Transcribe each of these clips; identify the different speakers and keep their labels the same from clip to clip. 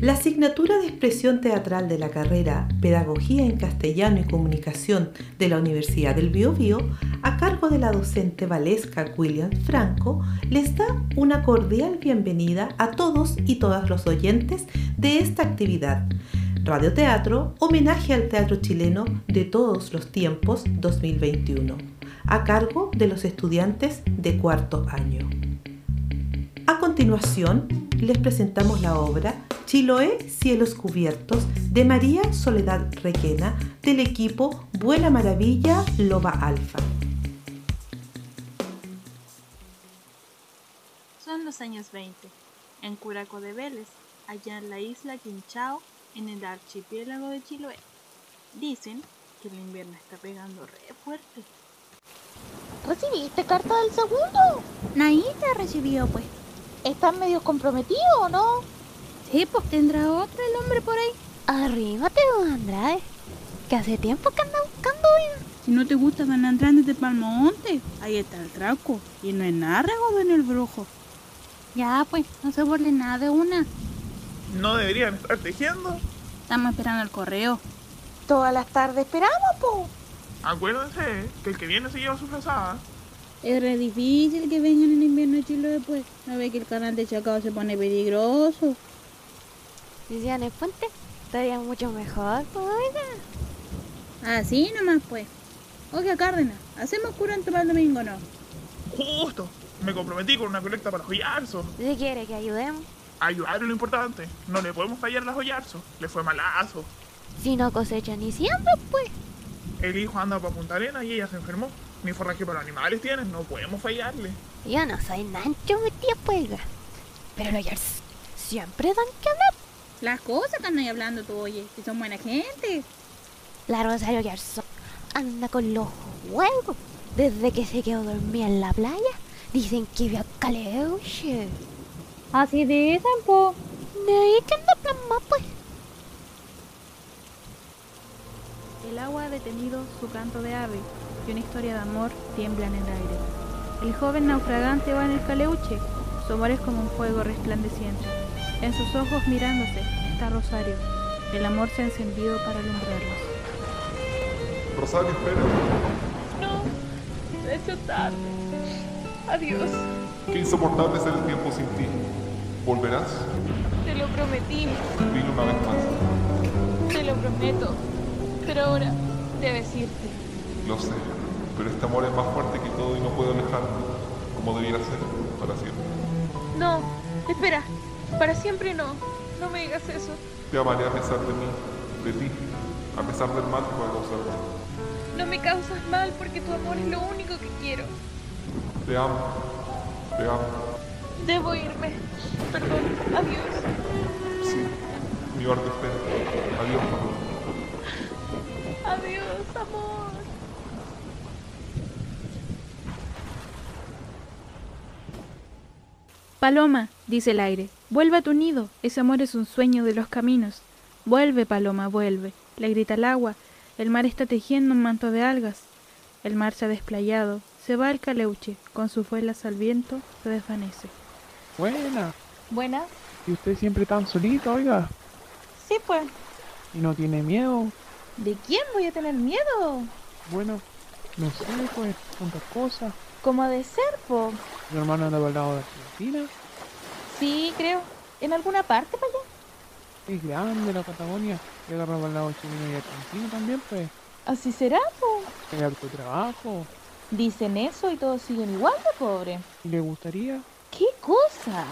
Speaker 1: La asignatura de expresión teatral de la carrera Pedagogía en Castellano y Comunicación de la Universidad del Biobío, a cargo de la docente Valesca William Franco, les da una cordial bienvenida a todos y todas los oyentes de esta actividad. Radioteatro, homenaje al teatro chileno de todos los tiempos 2021, a cargo de los estudiantes de cuarto año. A continuación, les presentamos la obra Chiloé Cielos Cubiertos de María Soledad Requena del equipo Buena Maravilla Loba Alfa.
Speaker 2: Son los años 20, en Curaco de Vélez, allá en la isla Quinchao, en el archipiélago de Chiloé. Dicen que el invierno está pegando re fuerte.
Speaker 3: ¿Recibiste carta del segundo?
Speaker 4: Naita recibió, pues.
Speaker 3: ¿Estás medio comprometido o no?
Speaker 4: Sí, pues tendrá otra el hombre por ahí.
Speaker 3: Arríbate, don Andrade. Que hace tiempo que anda buscando vida.
Speaker 4: Si no te gusta Don Andrade de Palmonte, ahí está el traco. Y no hay nada regodo en el brujo. Ya, pues, no se borle nada de una.
Speaker 5: ¿No deberían estar tejiendo?
Speaker 4: Estamos esperando el correo.
Speaker 3: Todas las tardes esperamos, po.
Speaker 5: Acuérdense que el que viene se lleva su frazada.
Speaker 4: Es re difícil que vengan en invierno a Chile después. No ve que el canal de Chacao se pone peligroso.
Speaker 3: Si hicieran el puente, estaría mucho mejor, po, oiga.
Speaker 4: Así nomás, pues. Oiga, Cárdenas, ¿hacemos curanto para el domingo o no?
Speaker 5: Justo. Me comprometí con una colecta para Joyarzo.
Speaker 3: Si quiere que ayudemos.
Speaker 5: Ayudar es lo importante. No le podemos fallar a Joyarzo. Le fue malazo.
Speaker 3: Si no cosecha ni siempre, pues.
Speaker 5: El hijo anda para Punta Arenas y ella se enfermó. Ni forraje para animales tienes, no podemos fallarle.
Speaker 3: Yo no soy Nancho, mi tía Puelga. Pero los Yars siempre dan que hablar.
Speaker 4: Las cosas que andan ahí hablando tú, oye, que son buena gente.
Speaker 3: La Rosario Yarzo anda con los huevos. Desde que se quedó dormida en la playa, dicen que vio a Caleuche.
Speaker 4: Así dicen, po.
Speaker 3: De ahí que anda plasmado, pues.
Speaker 2: El agua ha detenido su canto de ave y una historia de amor tiembla en el aire. El joven naufragante va en el caleuche, su amor es como un fuego resplandeciente. En sus ojos mirándose está Rosario. El amor se ha encendido para alumbrarlos.
Speaker 6: Rosario, espera.
Speaker 2: No, he hecho tarde. Adiós,
Speaker 6: Qué insoportable es el tiempo sin ti. ¿Volverás?
Speaker 2: te lo prometí,
Speaker 6: Dilo una vez más.
Speaker 2: te lo prometo. Pero ahora debes irte.
Speaker 6: Lo sé, pero este amor es más fuerte que todo y no puedo alejarme, como debiera ser, para siempre.
Speaker 2: No, espera, para siempre no. No me digas eso.
Speaker 6: Te amaré a pesar de mí, de ti, a pesar del mal que pueda causarme.
Speaker 2: No me causas mal porque tu amor es lo único que quiero.
Speaker 6: Te amo, te amo.
Speaker 2: Debo irme. Perdón, adiós.
Speaker 6: Sí, mi hora de espera. Adiós, amor.
Speaker 2: Adiós, amor.
Speaker 7: Paloma, dice el aire, vuelve a tu nido, ese amor es un sueño de los caminos. Vuelve, paloma, vuelve, le grita el agua, el mar está tejiendo un manto de algas. El mar se ha desplayado, se va al caleuche, con sus velas al viento se desvanece.
Speaker 8: Buena,
Speaker 9: Buena,
Speaker 8: y usted siempre tan solito, oiga,
Speaker 9: sí pues.
Speaker 8: y no tiene miedo.
Speaker 9: ¿De quién voy a tener miedo?
Speaker 8: Bueno, no sé, pues, tantas cosas.
Speaker 9: Como de ser, po.
Speaker 8: Mi hermano anda por el lado de Argentina,
Speaker 9: Sí, creo. ¿En alguna parte para allá?
Speaker 8: es grande la Patagonia, y agarra por el lado chileno y argentino también, pues.
Speaker 9: Así será, po.
Speaker 8: Hay harto trabajo,
Speaker 9: Dicen eso y todos siguen igual de pobre.
Speaker 8: y le gustaría
Speaker 9: ¿Qué cosa?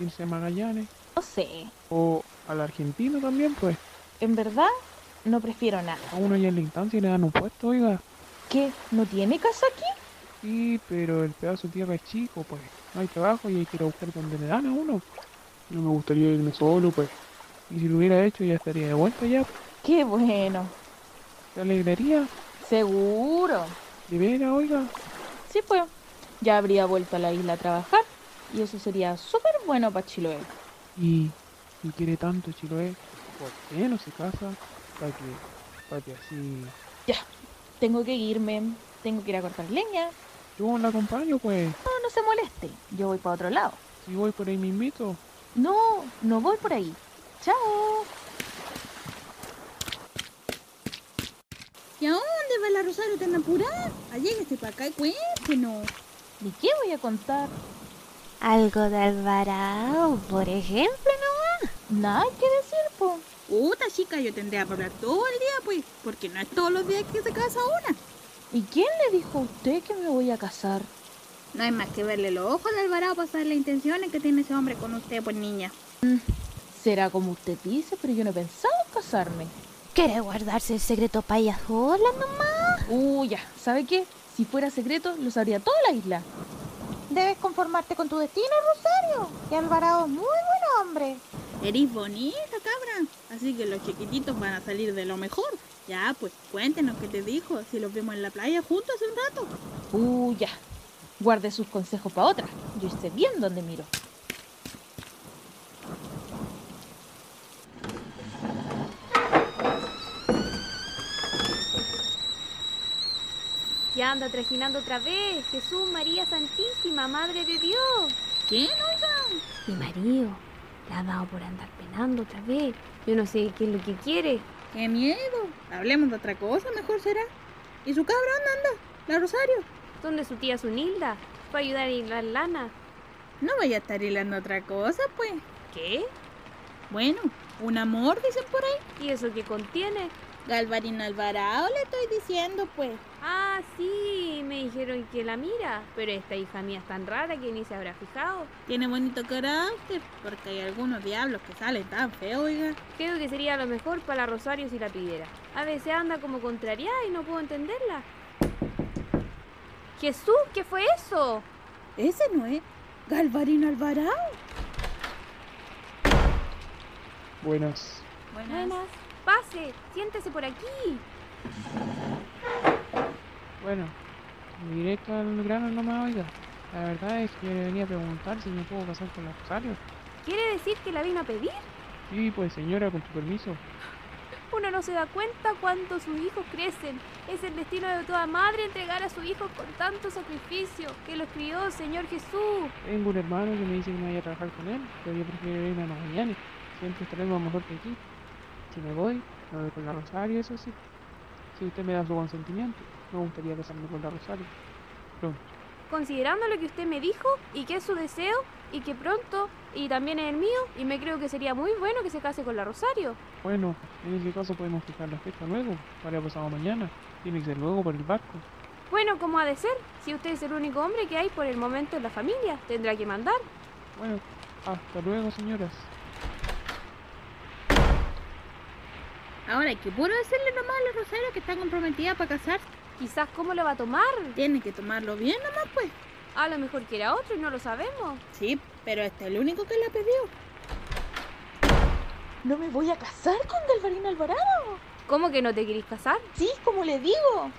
Speaker 8: irse a Magallanes,
Speaker 9: No sé.
Speaker 8: o al argentino también, pues.
Speaker 9: En verdad, no prefiero nada.
Speaker 8: A uno ya en la instancia y le dan un puesto, oiga.
Speaker 9: ¿Qué? ¿No tiene casa aquí?
Speaker 8: Sí, pero el pedazo de tierra es chico, pues. No hay trabajo y hay que ir a buscar donde le dan a uno. No me gustaría irme solo, pues. Y si lo hubiera hecho ya estaría de vuelta ya.
Speaker 9: Qué bueno.
Speaker 8: ¿Te alegraría?
Speaker 9: Seguro.
Speaker 8: ¿De veras, oiga?
Speaker 9: Sí, pues. Ya habría vuelto a la isla a trabajar. Y eso sería súper bueno para Chiloé.
Speaker 8: Y si quiere tanto Chiloé, ¿por qué no se casa? Para que, para que así...
Speaker 9: Tengo que irme. Tengo que ir a cortar leña.
Speaker 8: Yo la acompaño, pues.
Speaker 9: No, no se moleste. Yo voy para otro lado.
Speaker 8: Si voy por ahí mismito.
Speaker 9: No, no voy por ahí. Chao.
Speaker 4: ¿Y a dónde va la Rosario tan apurada? Allégate para Ah, acá y cuéntenos.
Speaker 9: ¿Y qué voy a contar?
Speaker 3: Algo de Alvarado, por ejemplo, nomás.
Speaker 9: Nada que decir, po.
Speaker 4: Puta chica, yo tendría para hablar todo el día, pues, porque no es todos los días que se casa una.
Speaker 9: ¿Y quién le dijo a usted que me voy a casar?
Speaker 4: No hay más que verle los ojos al Alvarado para saber las intenciones que tiene ese hombre con usted, pues niña.
Speaker 9: Será como usted dice, pero yo no he pensado en casarme.
Speaker 3: ¿Quiere guardarse el secreto para ella sola nomás?
Speaker 9: Uh, ya, ¿sabe qué? Si fuera secreto, lo sabría toda la isla.
Speaker 10: Debes conformarte con tu destino, Rosario. Y Alvarado es muy buen hombre.
Speaker 4: Eres bonita, cabra. Así que los chiquititos van a salir de lo mejor. Ya, pues cuéntenos qué te dijo, si los vimos en la playa juntos hace un rato.
Speaker 9: Uh, ya. Guarde sus consejos para otra. Yo sé bien dónde miro.
Speaker 11: Ya anda trajinando otra vez. Jesús, María Santísima, Madre de Dios.
Speaker 4: ¿Quién, oigan?
Speaker 11: Mi marido. La ha dado por andar penando otra vez. Yo no sé qué es lo que quiere.
Speaker 4: ¡Qué miedo! Hablemos de otra cosa, mejor será. ¿Y su cabra dónde anda? ¿La Rosario?
Speaker 11: ¿Dónde su tía Zunilda? ¿Para ayudar a hilar lana?
Speaker 4: No vaya a estar hilando otra cosa, pues.
Speaker 11: ¿Qué?
Speaker 4: Bueno, un amor, dicen por ahí.
Speaker 11: ¿Y eso qué contiene?
Speaker 4: Galvarín Alvarado le estoy diciendo, pues.
Speaker 11: Ah, sí, me dijeron que la mira, pero esta hija mía es tan rara que ni se habrá fijado.
Speaker 4: Tiene bonito carácter, porque hay algunos diablos que salen tan feos, oiga.
Speaker 11: Creo que sería lo mejor para Rosario si la pidiera. A veces anda como contrariada y no puedo entenderla. Jesús, ¿qué fue eso?
Speaker 4: Ese no es Galvarín Alvarado.
Speaker 8: Buenas.
Speaker 11: Buenas. Buenas. Pase, siéntese por aquí.
Speaker 8: Bueno, directo al grano no me oiga. La verdad es que yo le venía a preguntar si me puedo pasar con la Rosario.
Speaker 11: ¿Quiere decir que la vino a pedir?
Speaker 8: Sí, pues señora, con su permiso.
Speaker 11: Uno no se da cuenta cuánto sus hijos crecen. Es el destino de toda madre entregar a su hijo con tanto sacrificio que los crió Señor Jesús.
Speaker 8: Tengo un hermano que me dice que me vaya a trabajar con él, pero yo prefiero irme a Magallanes. Siempre estaremos mejor que aquí. Si me voy, me voy con la Rosario, eso sí. Si usted me da su consentimiento, me gustaría casarme con la Rosario. Pronto.
Speaker 11: Considerando lo que usted me dijo y que es su deseo y que pronto y también es el mío y me creo que sería muy bueno que se case con la Rosario.
Speaker 8: Bueno, en ese caso podemos fijar la fecha luego, para pasado mañana. Tiene que ser luego por el barco.
Speaker 11: Bueno, como ha de ser, si usted es el único hombre que hay por el momento en la familia, tendrá que mandar.
Speaker 8: Bueno, hasta luego, señoras.
Speaker 4: Ahora hay que puro decirle nomás a la Rosario que está comprometida para casarse.
Speaker 11: Quizás cómo lo va a tomar.
Speaker 4: Tiene que tomarlo bien nomás, pues.
Speaker 11: A lo mejor que era otro y no lo sabemos.
Speaker 4: Sí, pero este es el único que le ha pedido.
Speaker 10: No me voy a casar con Galvarín Alvarado.
Speaker 11: ¿Cómo que no te querés casar?
Speaker 10: Sí, como le digo.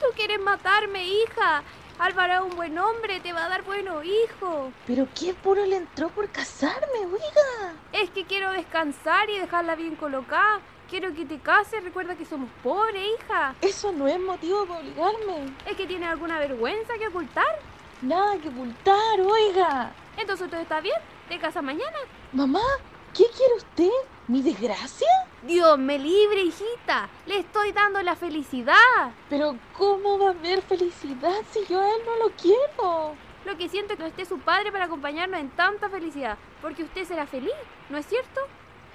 Speaker 11: Tú quieres matarme, hija. Alvarado es un buen hombre, te va a dar bueno hijo.
Speaker 10: Pero qué puro le entró por casarme, oiga.
Speaker 11: Es que quiero descansar y dejarla bien colocada. Quiero que te cases, recuerda que somos pobres, hija.
Speaker 10: Eso no es motivo para obligarme.
Speaker 11: ¿Es que tienes alguna vergüenza que ocultar?
Speaker 10: Nada que ocultar, oiga.
Speaker 11: Entonces todo está bien, te casas mañana.
Speaker 10: Mamá, ¿qué quiere usted? ¿Mi desgracia?
Speaker 11: Dios me libre, hijita. Le estoy dando la felicidad.
Speaker 10: Pero ¿cómo va a haber felicidad si yo a él no lo quiero?
Speaker 11: Lo que siento es que no esté su padre para acompañarnos en tanta felicidad, porque usted será feliz, ¿no es cierto?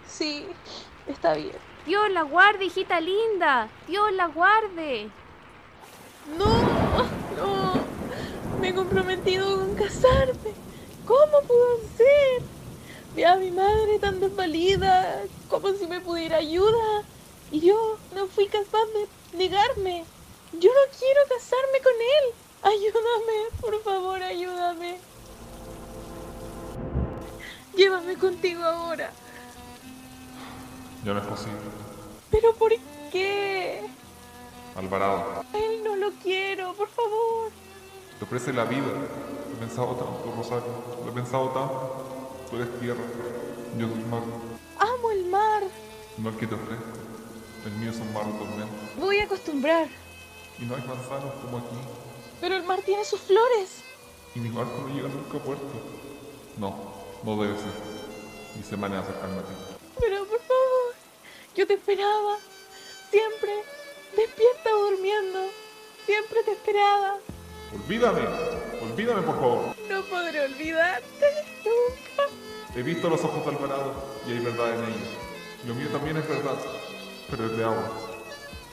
Speaker 10: Sí, está bien.
Speaker 11: Dios la guarde, hijita linda. Dios la guarde.
Speaker 10: No, no. Me he comprometido con casarme. ¿Cómo pudo ser? Ve a mi madre tan desvalida, como si me pudiera ayuda. Y yo no fui capaz de negarme. Yo no quiero casarme con él. Ayúdame, por favor, ayúdame. Llévame contigo ahora.
Speaker 6: Ya no es posible.
Speaker 10: ¿Pero por qué?
Speaker 6: Alvarado.
Speaker 10: A él no lo quiero, por favor.
Speaker 6: Te ofrece la vida. Lo he pensado tanto, Rosario. Lo he pensado tanto. Tú eres tierra, yo soy mar.
Speaker 10: Amo el mar.
Speaker 6: No el que te ofrezco. El mío es un mar tormento.
Speaker 10: Voy a acostumbrar.
Speaker 6: Y no hay manzanos como aquí.
Speaker 10: Pero el mar tiene sus flores.
Speaker 6: Y mi barco no llega nunca a puerto. No, no debe ser. y se maneja acercando a ti.
Speaker 10: Pero por favor, yo te esperaba. Siempre despierta o durmiendo. Siempre te esperaba.
Speaker 6: ¡Olvídame! ¡Olvídame, por favor!
Speaker 10: No podré olvidarte nunca.
Speaker 6: He visto los ojos de Alvarado y hay verdad en ellos. Lo mío también es verdad, pero es de agua.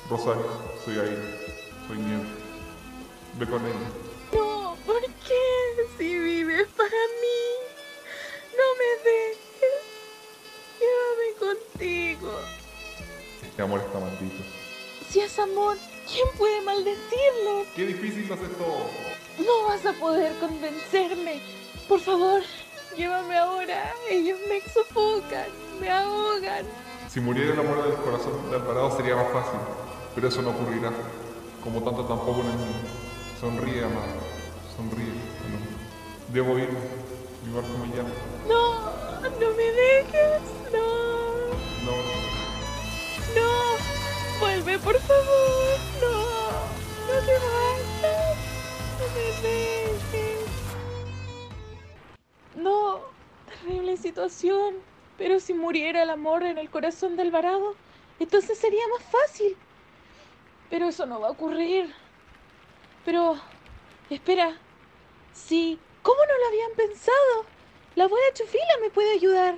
Speaker 6: Rosario, soy aire, soy nieve. Ve con ella.
Speaker 10: No, ¿por qué? Si vives para mí. No me dejes. Llévame contigo.
Speaker 6: Este amor está maldito.
Speaker 10: Si es amor, ¿quién puede maldecirlo?
Speaker 6: ¡Qué difícil hacer todo!
Speaker 10: No vas a poder convencerme. Por favor, llévame ahora. Ellos me sofocan, me ahogan.
Speaker 6: Si muriera el amor del corazón de Alvarado sería más fácil, pero eso no ocurrirá. Como tanto tampoco en el mundo. Sonríe, amado. Sonríe. no. Debo irme. Mi barco me llama.
Speaker 10: No, no me dejes. No,
Speaker 6: No,
Speaker 10: no. Vuelve, por favor. No, no te vayas. No me dejes. No, terrible situación. Pero si muriera el amor en el corazón de Alvarado, entonces sería más fácil. Pero eso no va a ocurrir. Pero, espera. Sí, ¿cómo no lo habían pensado? La abuela Chufila me puede ayudar.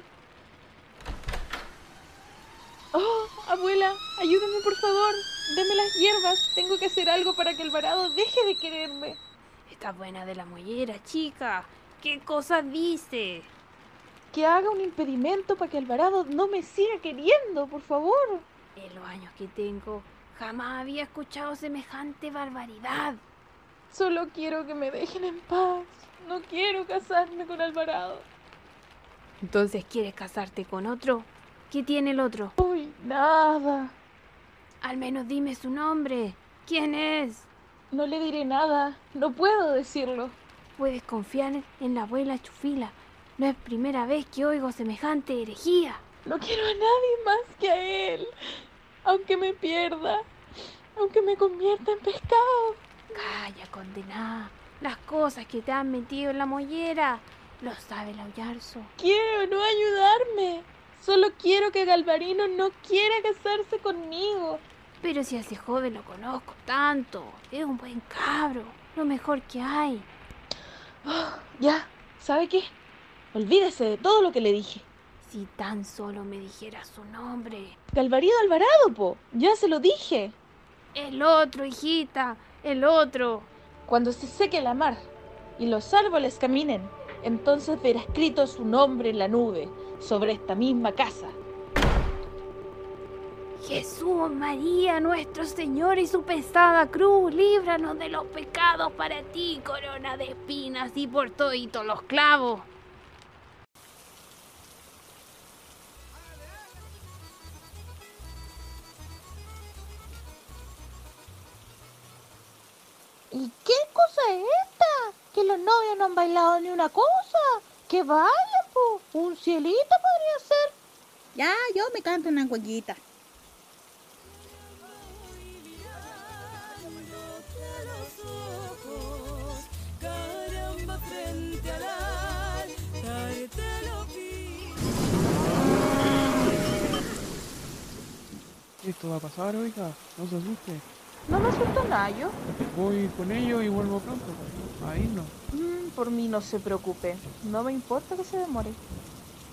Speaker 10: Oh, abuela, ayúdame por favor. Deme las hierbas. Tengo que hacer algo para que Alvarado deje de quererme.
Speaker 11: Está buena de la mollera, chica. ¿Qué cosa dice?
Speaker 10: Que haga un impedimento para que Alvarado no me siga queriendo, por favor.
Speaker 11: En los años que tengo, jamás había escuchado semejante barbaridad.
Speaker 10: Solo quiero que me dejen en paz. No quiero casarme con Alvarado.
Speaker 11: Entonces, ¿quieres casarte con otro? ¿Qué tiene el otro?
Speaker 10: Uy, nada.
Speaker 11: Al menos dime su nombre. ¿Quién es?
Speaker 10: No le diré nada. No puedo decirlo.
Speaker 11: Puedes confiar en la abuela Chufila. No es primera vez que oigo semejante herejía.
Speaker 10: No quiero a nadie más que a él. Aunque me pierda. Aunque me convierta en pescado.
Speaker 11: Calla, condenada. Las cosas que te han metido en la mollera. Lo sabe la Ollarzo.
Speaker 10: Quiero no ayudarme. Solo quiero que Galvarino no quiera casarse conmigo.
Speaker 11: Pero si a ese joven lo conozco tanto. Es un buen cabro. Lo mejor que hay.
Speaker 10: Ah, ya, ¿sabe qué? Olvídese de todo lo que le dije.
Speaker 11: Si tan solo me dijera su nombre.
Speaker 10: Galvarino Alvarado, po. Ya se lo dije.
Speaker 11: El otro, hijita. El otro.
Speaker 10: Cuando se seque la mar y los árboles caminen, entonces verá escrito su nombre en la nube sobre esta misma casa.
Speaker 11: Jesús, María, nuestro Señor y su pesada cruz, líbranos de los pecados para ti, corona de espinas y por todito los clavos.
Speaker 12: ¿Y qué cosa es esta? Que los novios no han bailado ni una cosa. Que bailen, po. Un cielito podría ser.
Speaker 4: Ya, yo me canto una cuequita.
Speaker 8: Esto va a pasar, oiga. No se asuste.
Speaker 12: No me asusta nada yo.
Speaker 8: Voy con ellos y vuelvo pronto. Ahí no.
Speaker 12: Mm, por mí no se preocupe. No me importa que se demore.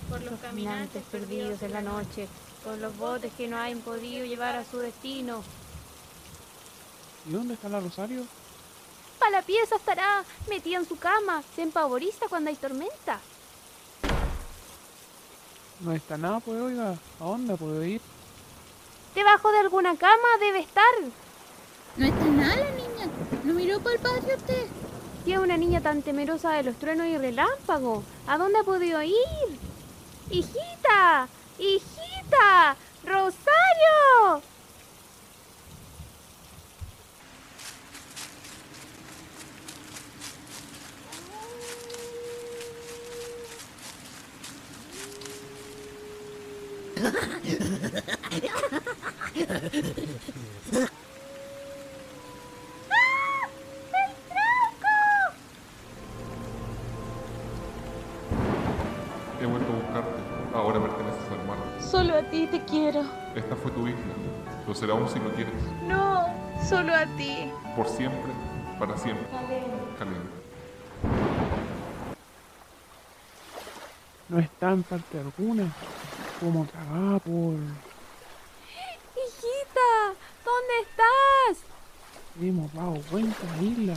Speaker 11: Por los caminantes perdidos en la noche, por los botes que no han podido llevar a su destino.
Speaker 8: ¿Y dónde está la Rosario?
Speaker 11: Pa' la pieza estará metida en su cama, se empavoriza cuando hay tormenta.
Speaker 8: No está nada, pues, oiga. ¿A dónde puedo ir?
Speaker 11: Debajo de alguna cama debe estar.
Speaker 4: No está nada la niña. No miró para el patio usted.
Speaker 11: Si es una niña tan temerosa de los truenos y relámpagos, ¿a dónde ha podido ir? ¡Hijita! ¡Hijita! ¡Rosario!
Speaker 6: He vuelto a buscarte, a perteneces al mar.
Speaker 10: Solo a ti te quiero.
Speaker 6: Esta fue tu isla, lo será aún si lo quieres.
Speaker 10: No, solo a ti.
Speaker 6: Por siempre, para siempre. Caleb.
Speaker 8: No está en parte alguna. Como cagada por.
Speaker 11: ¡Hijita! ¿Dónde estás?
Speaker 8: Hemos dado vuelta a la isla.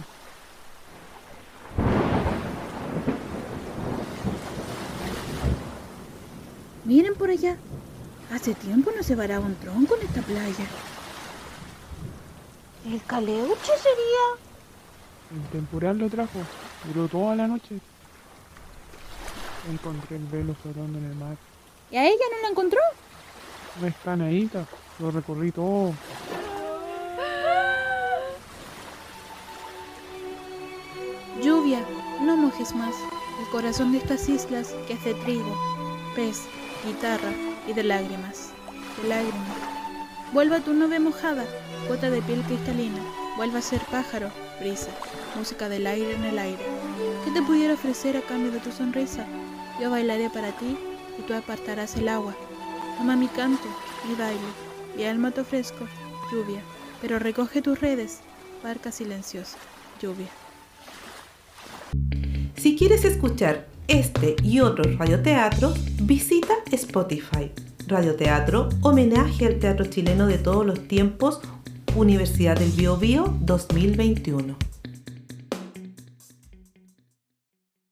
Speaker 4: Miren por allá. Hace tiempo no se varaba un tronco en esta playa.
Speaker 12: ¿El caleuche sería?
Speaker 8: El temporal lo trajo. Duró toda la noche. Encontré el velo flotando en el mar.
Speaker 4: ¿Y a ella no la encontró?
Speaker 8: No está nadita. Lo recorrí todo.
Speaker 4: Lluvia, no mojes más el corazón de estas islas que es de trigo, pez, guitarra y de lágrimas, de lágrimas. Vuelva tu nube mojada, gota de piel cristalina, vuelva a ser pájaro, brisa, música del aire en el aire. ¿Qué te pudiera ofrecer a cambio de tu sonrisa? Yo bailaré para ti y tú apartarás el agua. Toma mi canto, mi baile, mi alma te ofrezco, lluvia, pero recoge tus redes, barca silenciosa, lluvia.
Speaker 1: Si quieres escuchar este y otros radioteatros, visita Spotify. Radioteatro, homenaje al teatro chileno de todos los tiempos, Universidad del Bio Bio 2021.